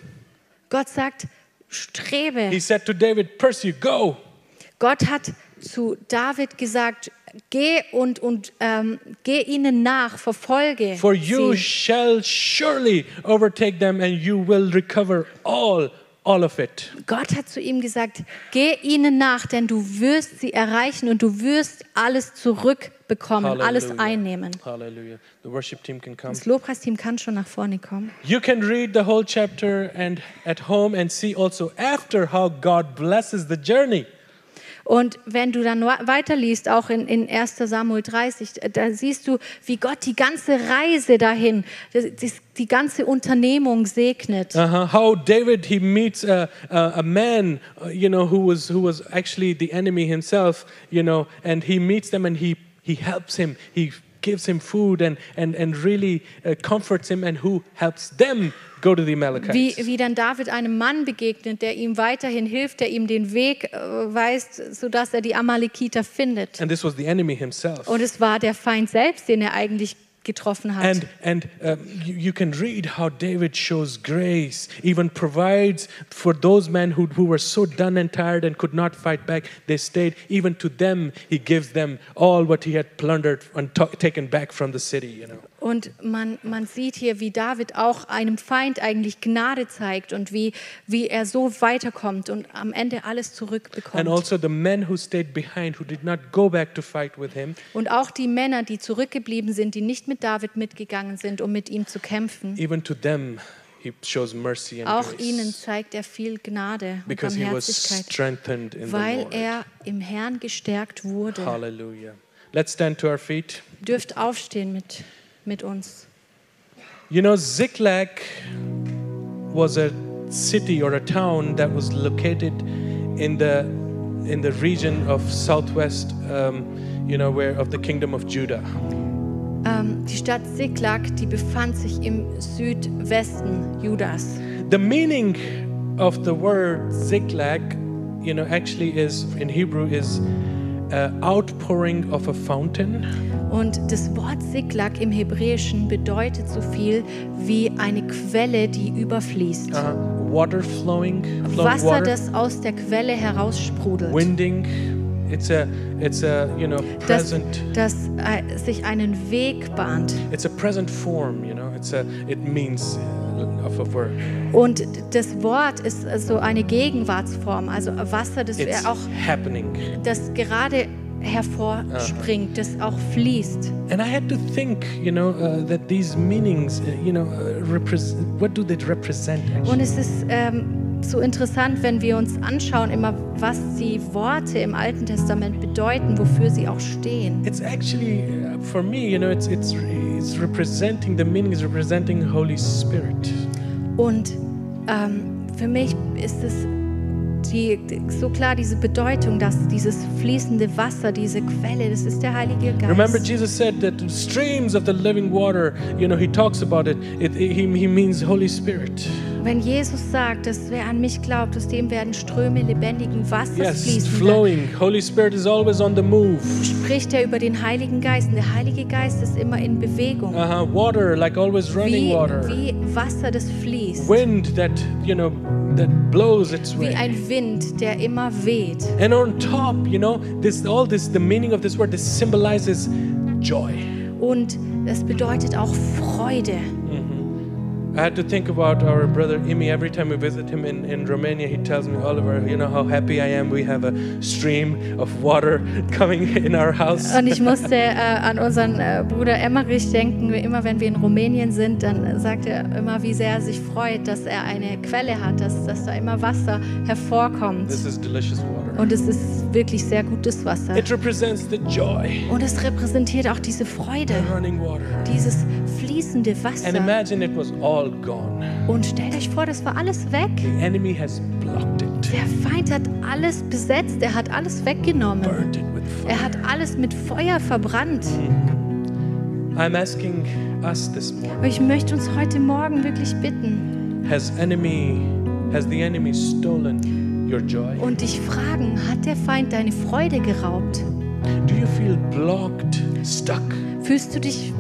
S2: Gott sagt, strebe.
S1: He said to David, pursue, go.
S2: Gott hat zu David gesagt, geh und, und ähm, geh ihnen nach, verfolge
S1: For you
S2: sie.
S1: shall surely overtake them and you will recover all, all of it.
S2: Gott hat zu ihm gesagt, geh ihnen nach, denn du wirst sie erreichen und du wirst alles zurückbekommen, Mm, alles einnehmen.
S1: Hallelujah. The worship team can come.
S2: Das Lobpreisteam kann schon nach vorne kommen.
S1: You can read the whole chapter and at home and see also after how God blesses the journey.
S2: Und wenn du dann wa- weiterliest, auch in, in 1 Samuel 30, da siehst du, wie Gott die ganze Reise dahin, das, das, die ganze Unternehmung segnet.
S1: Uh-huh. How David he meets a, a, a man, uh, you know, who was who was actually the enemy himself, you know, and he meets them and he he helps him. He gives him food and and and really uh, comforts him and who helps them go to the
S2: Wie,
S1: Amalekites.
S2: wie dann David einem Mann begegnet, der ihm weiterhin hilft, der ihm den Weg äh, weist, sodass er die Amalekiter findet.
S1: and this was the enemy himself.
S2: Und es war der Feind selbst, den er eigentlich getroffen hat.
S1: And and um, you, you can read how David shows grace, even provides for those men who, who were so done and tired and could not fight back. They stayed. Even to them, he gives them all what he had plundered and to- taken back from the city. You know.
S2: Und man, man sieht hier, wie David auch einem Feind eigentlich Gnade zeigt und wie, wie er so weiterkommt und am Ende alles
S1: And
S2: zurückbekommt.
S1: also the men who stayed behind, who did not go back to fight with him,
S2: Und auch die Männer, die zurückgeblieben sind, die nicht mit David mitgegangen sind, um mit ihm zu kämpfen,
S1: even to them, he shows mercy and
S2: auch
S1: grace.
S2: ihnen zeigt er viel Gnade und
S1: because he was
S2: Barmherzigkeit,
S1: strengthened in the
S2: weil
S1: Lord.
S2: er im Herrn gestärkt wurde.
S1: Hallelujah. Let's stand to our feet.
S2: Ihr Dürft aufstehen mit, mit uns.
S1: You know, Ziklag was a city or a town that was located in the in the region of southwest, um, you know, where of the kingdom of Judah.
S2: Ähm, die Stadt Siklag, die befand sich im Südwesten Judas.
S1: The meaning of the word Ziklag, you know, actually is in Hebrew is uh, outpouring of a fountain.
S2: Und das Wort Siklag im Hebräischen bedeutet so viel wie eine Quelle, die überfließt.
S1: Uh, water flowing, flowing
S2: Wasser,
S1: water,
S2: das aus der Quelle heraussprudelt.
S1: winding. It's a it's a you know
S2: das
S1: present.
S2: das äh, sich einen Weg bahnt.
S1: It's a present form, you know. It's a it means uh, of a verb.
S2: Und das Wort ist äh, so eine Gegenwartsform, also Wasser, das
S1: It's
S2: auch
S1: happening.
S2: das gerade hervorspringt, das auch fließt.
S1: And I had to think, you know, uh, that these meanings, uh, you know, uh, repres- what do they represent?
S2: Und
S1: Actually?
S2: es ist ähm, so interessant, wenn wir uns anschauen, immer was die Worte im Alten Testament bedeuten, wofür sie auch stehen.
S1: It's actually uh, for me, you know, it's it's re- it's representing the meaning is representing Holy Spirit.
S2: Und ähm, für mich ist es die, so klar diese Bedeutung, dass dieses fließende Wasser, diese Quelle, das ist der Heilige Geist.
S1: Remember, Jesus said that streams of the living water. You know, he talks about it. it he he means Holy Spirit.
S2: Wenn Jesus sagt, dass wer an mich glaubt, aus dem werden Ströme lebendigen Wassers
S1: Yes,
S2: fließen,
S1: flowing. Holy Spirit is always on the move.
S2: dann spricht er über den Heiligen Geist. Und der Heilige Geist ist immer in Bewegung,
S1: Uh-huh. Water, like always running
S2: wie,
S1: water.
S2: wie Wasser, das fließt,
S1: Wind that, you know, that blows its
S2: wie
S1: way.
S2: ein Wind, der immer weht.
S1: And on top, you know, this all this the meaning of this word this symbolizes joy.
S2: Und es bedeutet auch Freude.
S1: I had to think about our brother Imi every time we visit him in, in Romania. He tells me, Oliver, you know how happy I am. We have a stream of water coming in our house.
S2: Und ich musste äh, an unseren äh, Bruder Emmerich denken, immer wenn wir in Rumänien sind, dann sagt er immer, wie sehr er sich freut, dass er eine Quelle hat, dass, dass da immer Wasser hervorkommt.
S1: This is delicious water.
S2: Und es ist wirklich sehr gutes Wasser.
S1: It represents the joy
S2: Und es repräsentiert auch diese Freude,
S1: in running water.
S2: dieses fließende
S1: And
S2: Wasser.
S1: imagine it was all gone.
S2: Und stellt euch vor, das war alles weg.
S1: The enemy has blocked it,
S2: Der Feind hat alles besetzt, er hat alles weggenommen.
S1: burned it with
S2: Er hat
S1: fire.
S2: alles mit Feuer verbrannt.
S1: I'm asking us this morning.
S2: Aber ich möchte uns heute Morgen wirklich bitten
S1: Has enemy has the enemy stolen your joy?
S2: und dich fragen, hat der Feind deine Freude geraubt?
S1: Do you feel blocked, stuck?
S2: Fühlst du dich,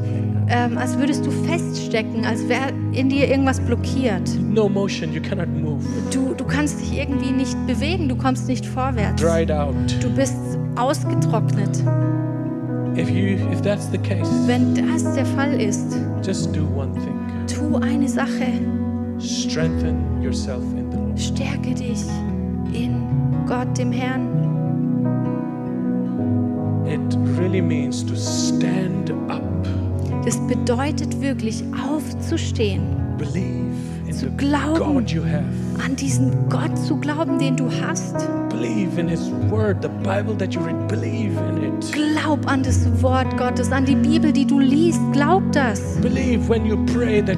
S2: ähm, als würdest du feststecken, als wäre in dir irgendwas blockiert?
S1: No motion, you cannot move.
S2: Du, du kannst dich irgendwie nicht bewegen, du kommst nicht vorwärts.
S1: Dried out.
S2: Du bist ausgetrocknet.
S1: If you if that's the case,
S2: Wenn das der Fall ist,
S1: just do one thing.
S2: tu eine Sache.
S1: Strengthen yourself in the Lord.
S2: Stärke dich in Gott, dem Herrn.
S1: It really means to stand up,
S2: Das bedeutet wirklich aufzustehen,
S1: believe in
S2: zu
S1: the
S2: glauben,
S1: God you have.
S2: an diesen Gott zu glauben, den du hast.
S1: Believe in his word, the Bible that you read, believe in it.
S2: Glaub an das Wort Gottes, an die Bibel, die du liest. Glaub das.
S1: Believe when you pray that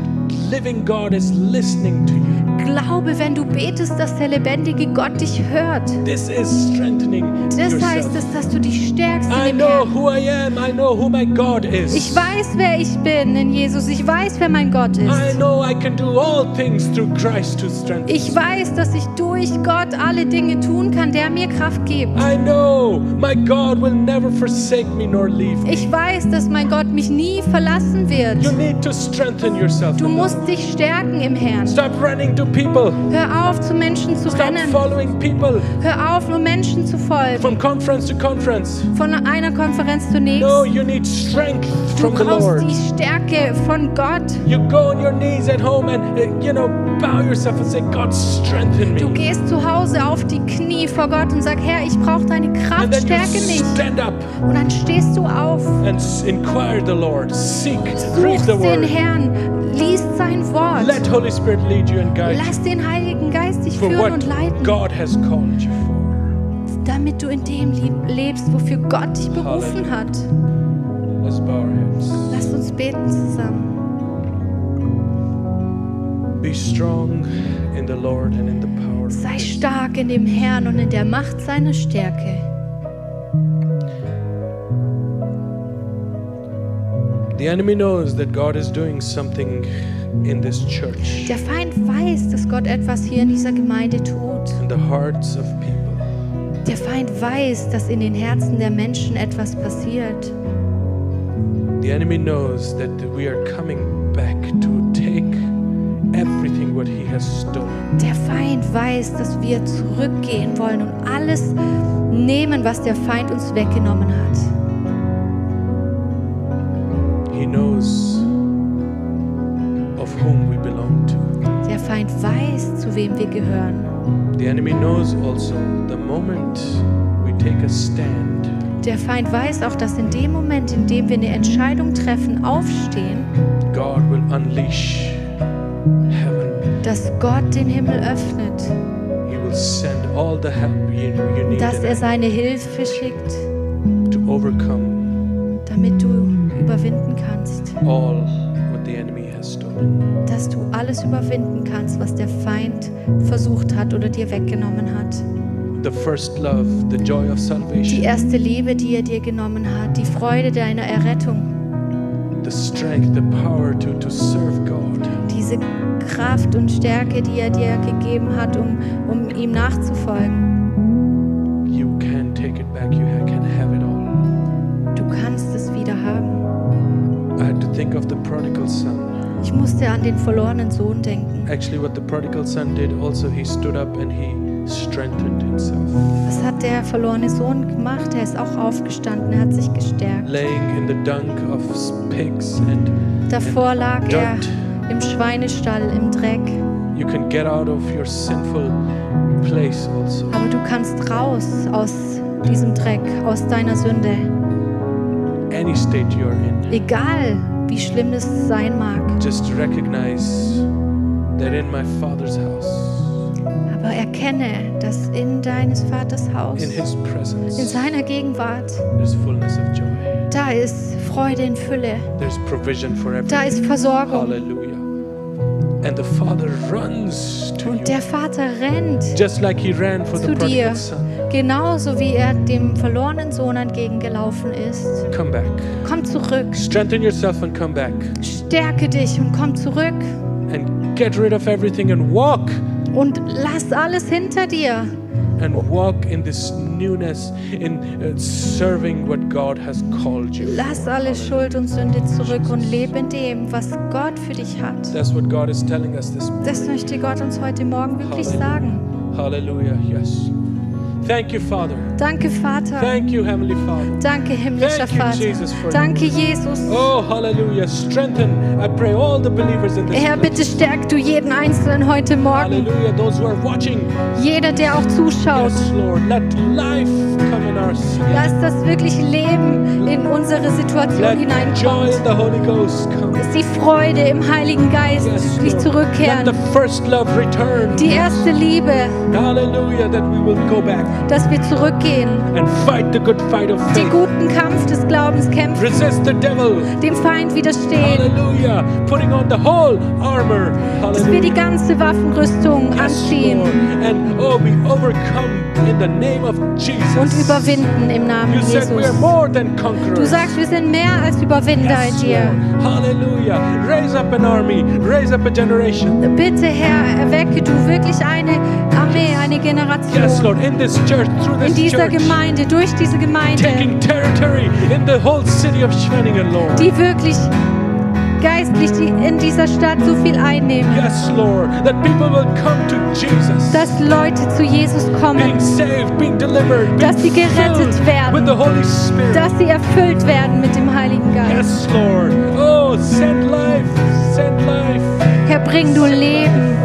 S1: living God is listening to you.
S2: Glaube, wenn du betest, dass der lebendige Gott dich hört.
S1: This is strengthening
S2: Das heißt
S1: yourself.
S2: es, dass du dich stärkst
S1: I
S2: in dem
S1: know
S2: Herrn.
S1: who I am. I know who my God is.
S2: Ich weiß, wer ich bin in Jesus. Ich weiß, wer mein Gott
S1: I
S2: ist.
S1: know I can do all things through Christ who strengthens.
S2: Ich weiß, dass ich durch Gott alle Dinge tun kann, der mir Kraft gibt.
S1: I know my God will never forsake me nor leave me.
S2: Ich weiß, dass mein Gott mich nie verlassen
S1: You
S2: wird.
S1: need to strengthen yourself.
S2: Du musst dich stärken im Herrn.
S1: Stop running to people.
S2: Hör auf, zu Menschen zu
S1: Stop
S2: rennen.
S1: following people
S2: Hör auf, nur Menschen zu folgen.
S1: from conference to conference.
S2: Von einer Konferenz zur
S1: No,
S2: nächsten.
S1: you need strength
S2: Du
S1: from the
S2: brauchst
S1: Lord.
S2: die Stärke von Gott.
S1: You go on your knees at home and uh, you know bow yourself and say, God, strengthen
S2: Du
S1: me.
S2: gehst zu Hause auf die Knie vor Gott und sag, Herr, ich brauche deine
S1: And
S2: Kraft,
S1: then you
S2: stärke mich.
S1: stand up
S2: Und dann stehst du auf,
S1: and s- inquire the Lord. Seek, read
S2: suchst
S1: the
S2: den
S1: Word.
S2: Herrn, liest sein
S1: Let
S2: Wort.
S1: Holy Spirit lead you and guide you
S2: Lass den Heiligen Geist dich
S1: for
S2: führen
S1: what
S2: und leiten,
S1: God has called you for.
S2: damit du in dem lieb- lebst, wofür Gott dich berufen
S1: Halleluja.
S2: hat.
S1: Let's bow our heads.
S2: Lasst uns beten zusammen.
S1: Be strong in the Lord and in the power. of
S2: Sei
S1: His-
S2: stark in dem Herrn und in der Macht seiner Stärke.
S1: The enemy knows that God is doing something in this church,
S2: Der Feind weiß, dass Gott etwas hier in dieser Gemeinde tut.
S1: in the hearts of people.
S2: Der Feind weiß, dass in den Herzen der Menschen etwas passiert.
S1: The enemy knows that we are coming back to take everything what he has stolen.
S2: Der Feind weiß, dass wir zurückgehen wollen und alles nehmen, was der Feind uns weggenommen hat.
S1: He knows of whom we belong to.
S2: Der Feind weiß, zu wem wir gehören.
S1: The enemy knows also the moment we take a stand,
S2: Der Feind weiß auch, dass in dem Moment, in dem wir eine Entscheidung treffen, aufstehen,
S1: God will unleash heaven.
S2: dass Gott den Himmel öffnet,
S1: He will send all the help you, you need
S2: dass
S1: and
S2: er seine Hilfe schickt,
S1: to overcome
S2: damit du überwinden kannst,
S1: all what the enemy has stolen.
S2: dass du alles überwinden kannst, was der Feind versucht hat oder dir weggenommen hat.
S1: The first love, the joy of
S2: Die
S1: salvation,
S2: erste Liebe, die er dir genommen hat, die Freude deiner Errettung.
S1: the strength, the power to, to serve God,
S2: diese Kraft und Stärke, die er dir gegeben hat, um, um ihm nachzufolgen.
S1: you can take it back. You ha- can have it all.
S2: Du kannst es wieder haben.
S1: I had to think of the prodigal son.
S2: Ich musste an den verlorenen Sohn denken.
S1: Actually, what the prodigal son did also, he stood up and he strengthened himself,
S2: Was hat der verlorene Sohn gemacht? Er ist auch aufgestanden, er hat sich gestärkt.
S1: laying in the dung of s- pigs. And
S2: Davor lag er
S1: Dort.
S2: im Schweinestall, im Dreck.
S1: you can get out of your sinful place also.
S2: Aber du kannst raus aus diesem Dreck, aus deiner Sünde.
S1: Any state you're in,
S2: Egal, wie schlimm es sein mag.
S1: just recognize that in my Father's house.
S2: Aber erkenne, dass in deines Vaters Haus,
S1: In his
S2: in
S1: presence
S2: seiner Gegenwart,
S1: there's fullness of joy.
S2: Da ist Freude in Fülle.
S1: There's provision for
S2: Da
S1: everything.
S2: ist Versorgung.
S1: Hallelujah. And the Father runs to
S2: Und
S1: you,
S2: der Vater rennt
S1: just like He ran for the
S2: zu dir,
S1: prodigal son.
S2: genauso wie er dem verlorenen Sohn entgegengelaufen ist.
S1: Come back.
S2: Komm zurück,
S1: Strengthen yourself and come back.
S2: stärke dich und komm zurück
S1: And get rid of everything and walk.
S2: und lass alles hinter dir
S1: And walk in this newness, in uh, serving what God has called you.
S2: Lass
S1: for.
S2: alle
S1: Hallelujah.
S2: Schuld und Sünde zurück und lebe in dem, was Gott für dich hat.
S1: That's what God is telling us this
S2: Das möchte Gott uns heute Morgen wirklich sagen.
S1: Hallelujah. Yes. Thank you, Father.
S2: Danke, Vater.
S1: Thank you, Heavenly Father.
S2: Danke, himmlischer
S1: Thank you,
S2: Vater.
S1: Jesus, for-
S2: Danke, Jesus.
S1: Oh, hallelujah. Strengthen, I pray, all the believers in this
S2: Herr,
S1: place.
S2: bitte stärk du jeden Einzelnen heute Morgen.
S1: Hallelujah. Those who are watching,
S2: Jeder, der auch zuschaut.
S1: yes, Lord, let life come in our city.
S2: Lass das wirklich Leben in unsere Situation
S1: Let joy
S2: hineinkommt.
S1: in the Holy Ghost come.
S2: Dass die Freude im Heiligen Geist
S1: Yes,
S2: dich
S1: Lord. Let the
S2: zurückkehren.
S1: first love return.
S2: Die erste Liebe,
S1: Hallelujah. That we will go back
S2: dass wir zurückgehen.
S1: and fight the good fight of
S2: Den
S1: faith.
S2: guten Kampf des Glaubens kämpfen.
S1: Resist the devil.
S2: dem Feind widerstehen,
S1: Hallelujah. Putting on the whole armor.
S2: dass wir
S1: Hallelujah.
S2: die ganze Waffenrüstung
S1: Yes,
S2: anziehen
S1: Lord. And oh, we overcome in the name of Jesus.
S2: und überwinden im Namen
S1: You
S2: Jesus.
S1: said we are more than
S2: Du
S1: conquerors.
S2: sagst, wir sind mehr als Überwinder in
S1: Yes,
S2: dir.
S1: Lord. Hallelujah. Raise up an army. Raise up a generation.
S2: Bitte, Herr, erwecke du wirklich eine Armee, eine
S1: Yes,
S2: Generation
S1: Lord. In this church, through
S2: in
S1: this
S2: dieser
S1: church.
S2: Gemeinde, durch diese Gemeinde,
S1: Taking territory in the whole city of Schwenningen, Lord.
S2: die wirklich geistlich die in dieser Stadt so viel einnehmen,
S1: Yes, Lord. That people will come to Jesus.
S2: dass Leute zu Jesus kommen,
S1: being saved, being delivered,
S2: Dass sie
S1: being
S2: gerettet
S1: filled
S2: werden.
S1: with the Holy Spirit.
S2: dass sie erfüllt werden mit dem Heiligen Geist.
S1: Yes, Lord. Oh, send life, send life.
S2: Herr, bring du Leben,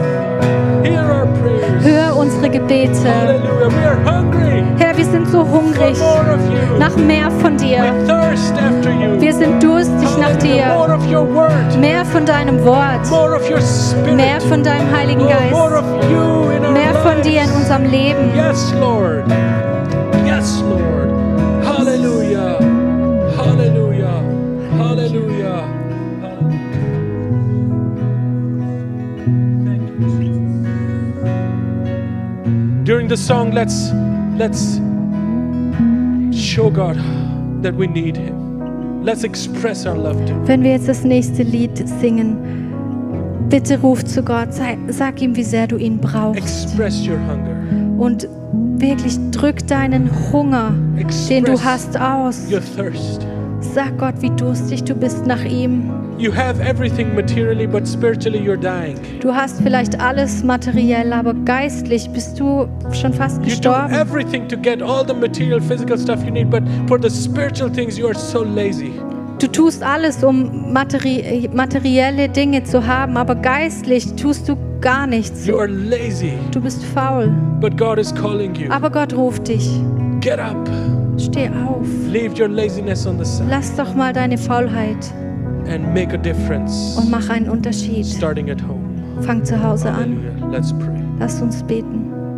S1: Hear our prayers.
S2: hör unsere Gebete.
S1: Hallelujah. We are hungry
S2: Herr, wir sind so
S1: for
S2: hungrig
S1: more of you.
S2: nach mehr von dir.
S1: We thirst after you.
S2: Wir sind durstig nach
S1: Hallelujah.
S2: dir.
S1: More of your word.
S2: Mehr von deinem Wort,
S1: More of your spirit.
S2: mehr von deinem Heiligen
S1: oh, more
S2: Geist,
S1: of you in our
S2: mehr von
S1: lives.
S2: dir in unserem Leben.
S1: Yes, Lord. Yes, Lord. Hallelujah. Hallelujah. Hallelujah. Hallelujah. Thank you, Jesus. During the song, let's let's show God that we need Him. Let's express our love to Him.
S2: Wenn wir jetzt das nächste Lied singen, bitte ruf zu Gott, sei, sag ihm, wie sehr du ihn brauchst.
S1: Express your hunger.
S2: Und wirklich drück deinen Hunger, den du hast, aus.
S1: Your thirst.
S2: Sag Gott, wie durstig du bist nach ihm.
S1: You have everything materially, but spiritually you're dying.
S2: Du hast vielleicht alles materiell, aber geistlich bist du schon fast
S1: You do
S2: gestorben.
S1: everything to get all the material, physical stuff you need, but for the spiritual things, you are so lazy.
S2: Du tust alles, um materi äh, materielle Dinge zu haben, aber geistlich tust du gar nichts.
S1: You are lazy,
S2: Du bist faul.
S1: but God is calling you.
S2: Aber Gott ruft dich.
S1: Get up,
S2: Steh auf.
S1: leave your laziness on the side,
S2: Lass doch mal deine Faulheit
S1: and make a difference
S2: und mach einen Unterschied.
S1: starting at home.
S2: Fang zu Hause an.
S1: Hallelujah. Let's pray.
S2: Lass uns beten.